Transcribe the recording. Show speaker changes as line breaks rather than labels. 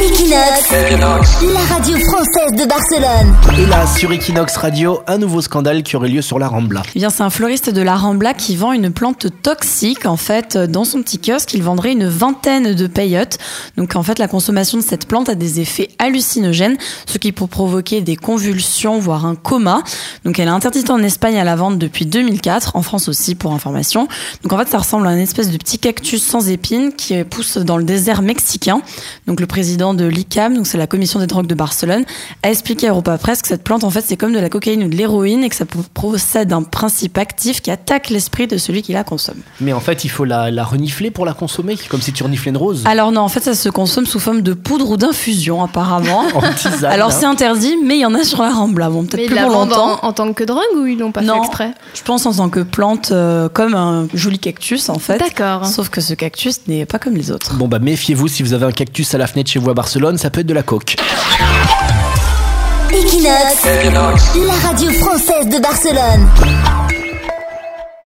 Equinox, la radio française de Barcelone.
Et là, sur Equinox Radio, un nouveau scandale qui aurait lieu sur la Rambla.
Eh bien, c'est un floriste de la Rambla qui vend une plante toxique. En fait, dans son petit kiosque, il vendrait une vingtaine de paillotes. Donc, en fait, la consommation de cette plante a des effets hallucinogènes, ce qui peut provoquer des convulsions, voire un coma. Donc, elle est interdite en Espagne à la vente depuis 2004, en France aussi, pour information. Donc, en fait, ça ressemble à un espèce de petit cactus sans épines qui pousse dans le désert mexicain. Donc, le président de l'ICAM, donc c'est la commission des drogues de Barcelone, a expliqué à Europa Press que cette plante, en fait, c'est comme de la cocaïne ou de l'héroïne et que ça procède d'un principe actif qui attaque l'esprit de celui qui la consomme.
Mais en fait, il faut la, la renifler pour la consommer, comme si tu reniflais une rose.
Alors non, en fait, ça se consomme sous forme de poudre ou d'infusion, apparemment.
En tisane.
Ah. Alors
hein.
c'est interdit, mais il y en a sur la Rambla. Bon,
Mais
peut-être
ils
plus
la
pour
vendent
longtemps.
en, en tant que drogue ou ils l'ont pas
Non.
fait exprès
Je pense en tant que plante, euh, comme un joli cactus, en fait.
D'accord.
Sauf que ce cactus n'est pas comme les autres.
Bon bah méfiez-vous si vous avez un cactus à la fenêtre chez vous à Barcelone, ça peut être de la coque.
Equinox, la radio française de Barcelone.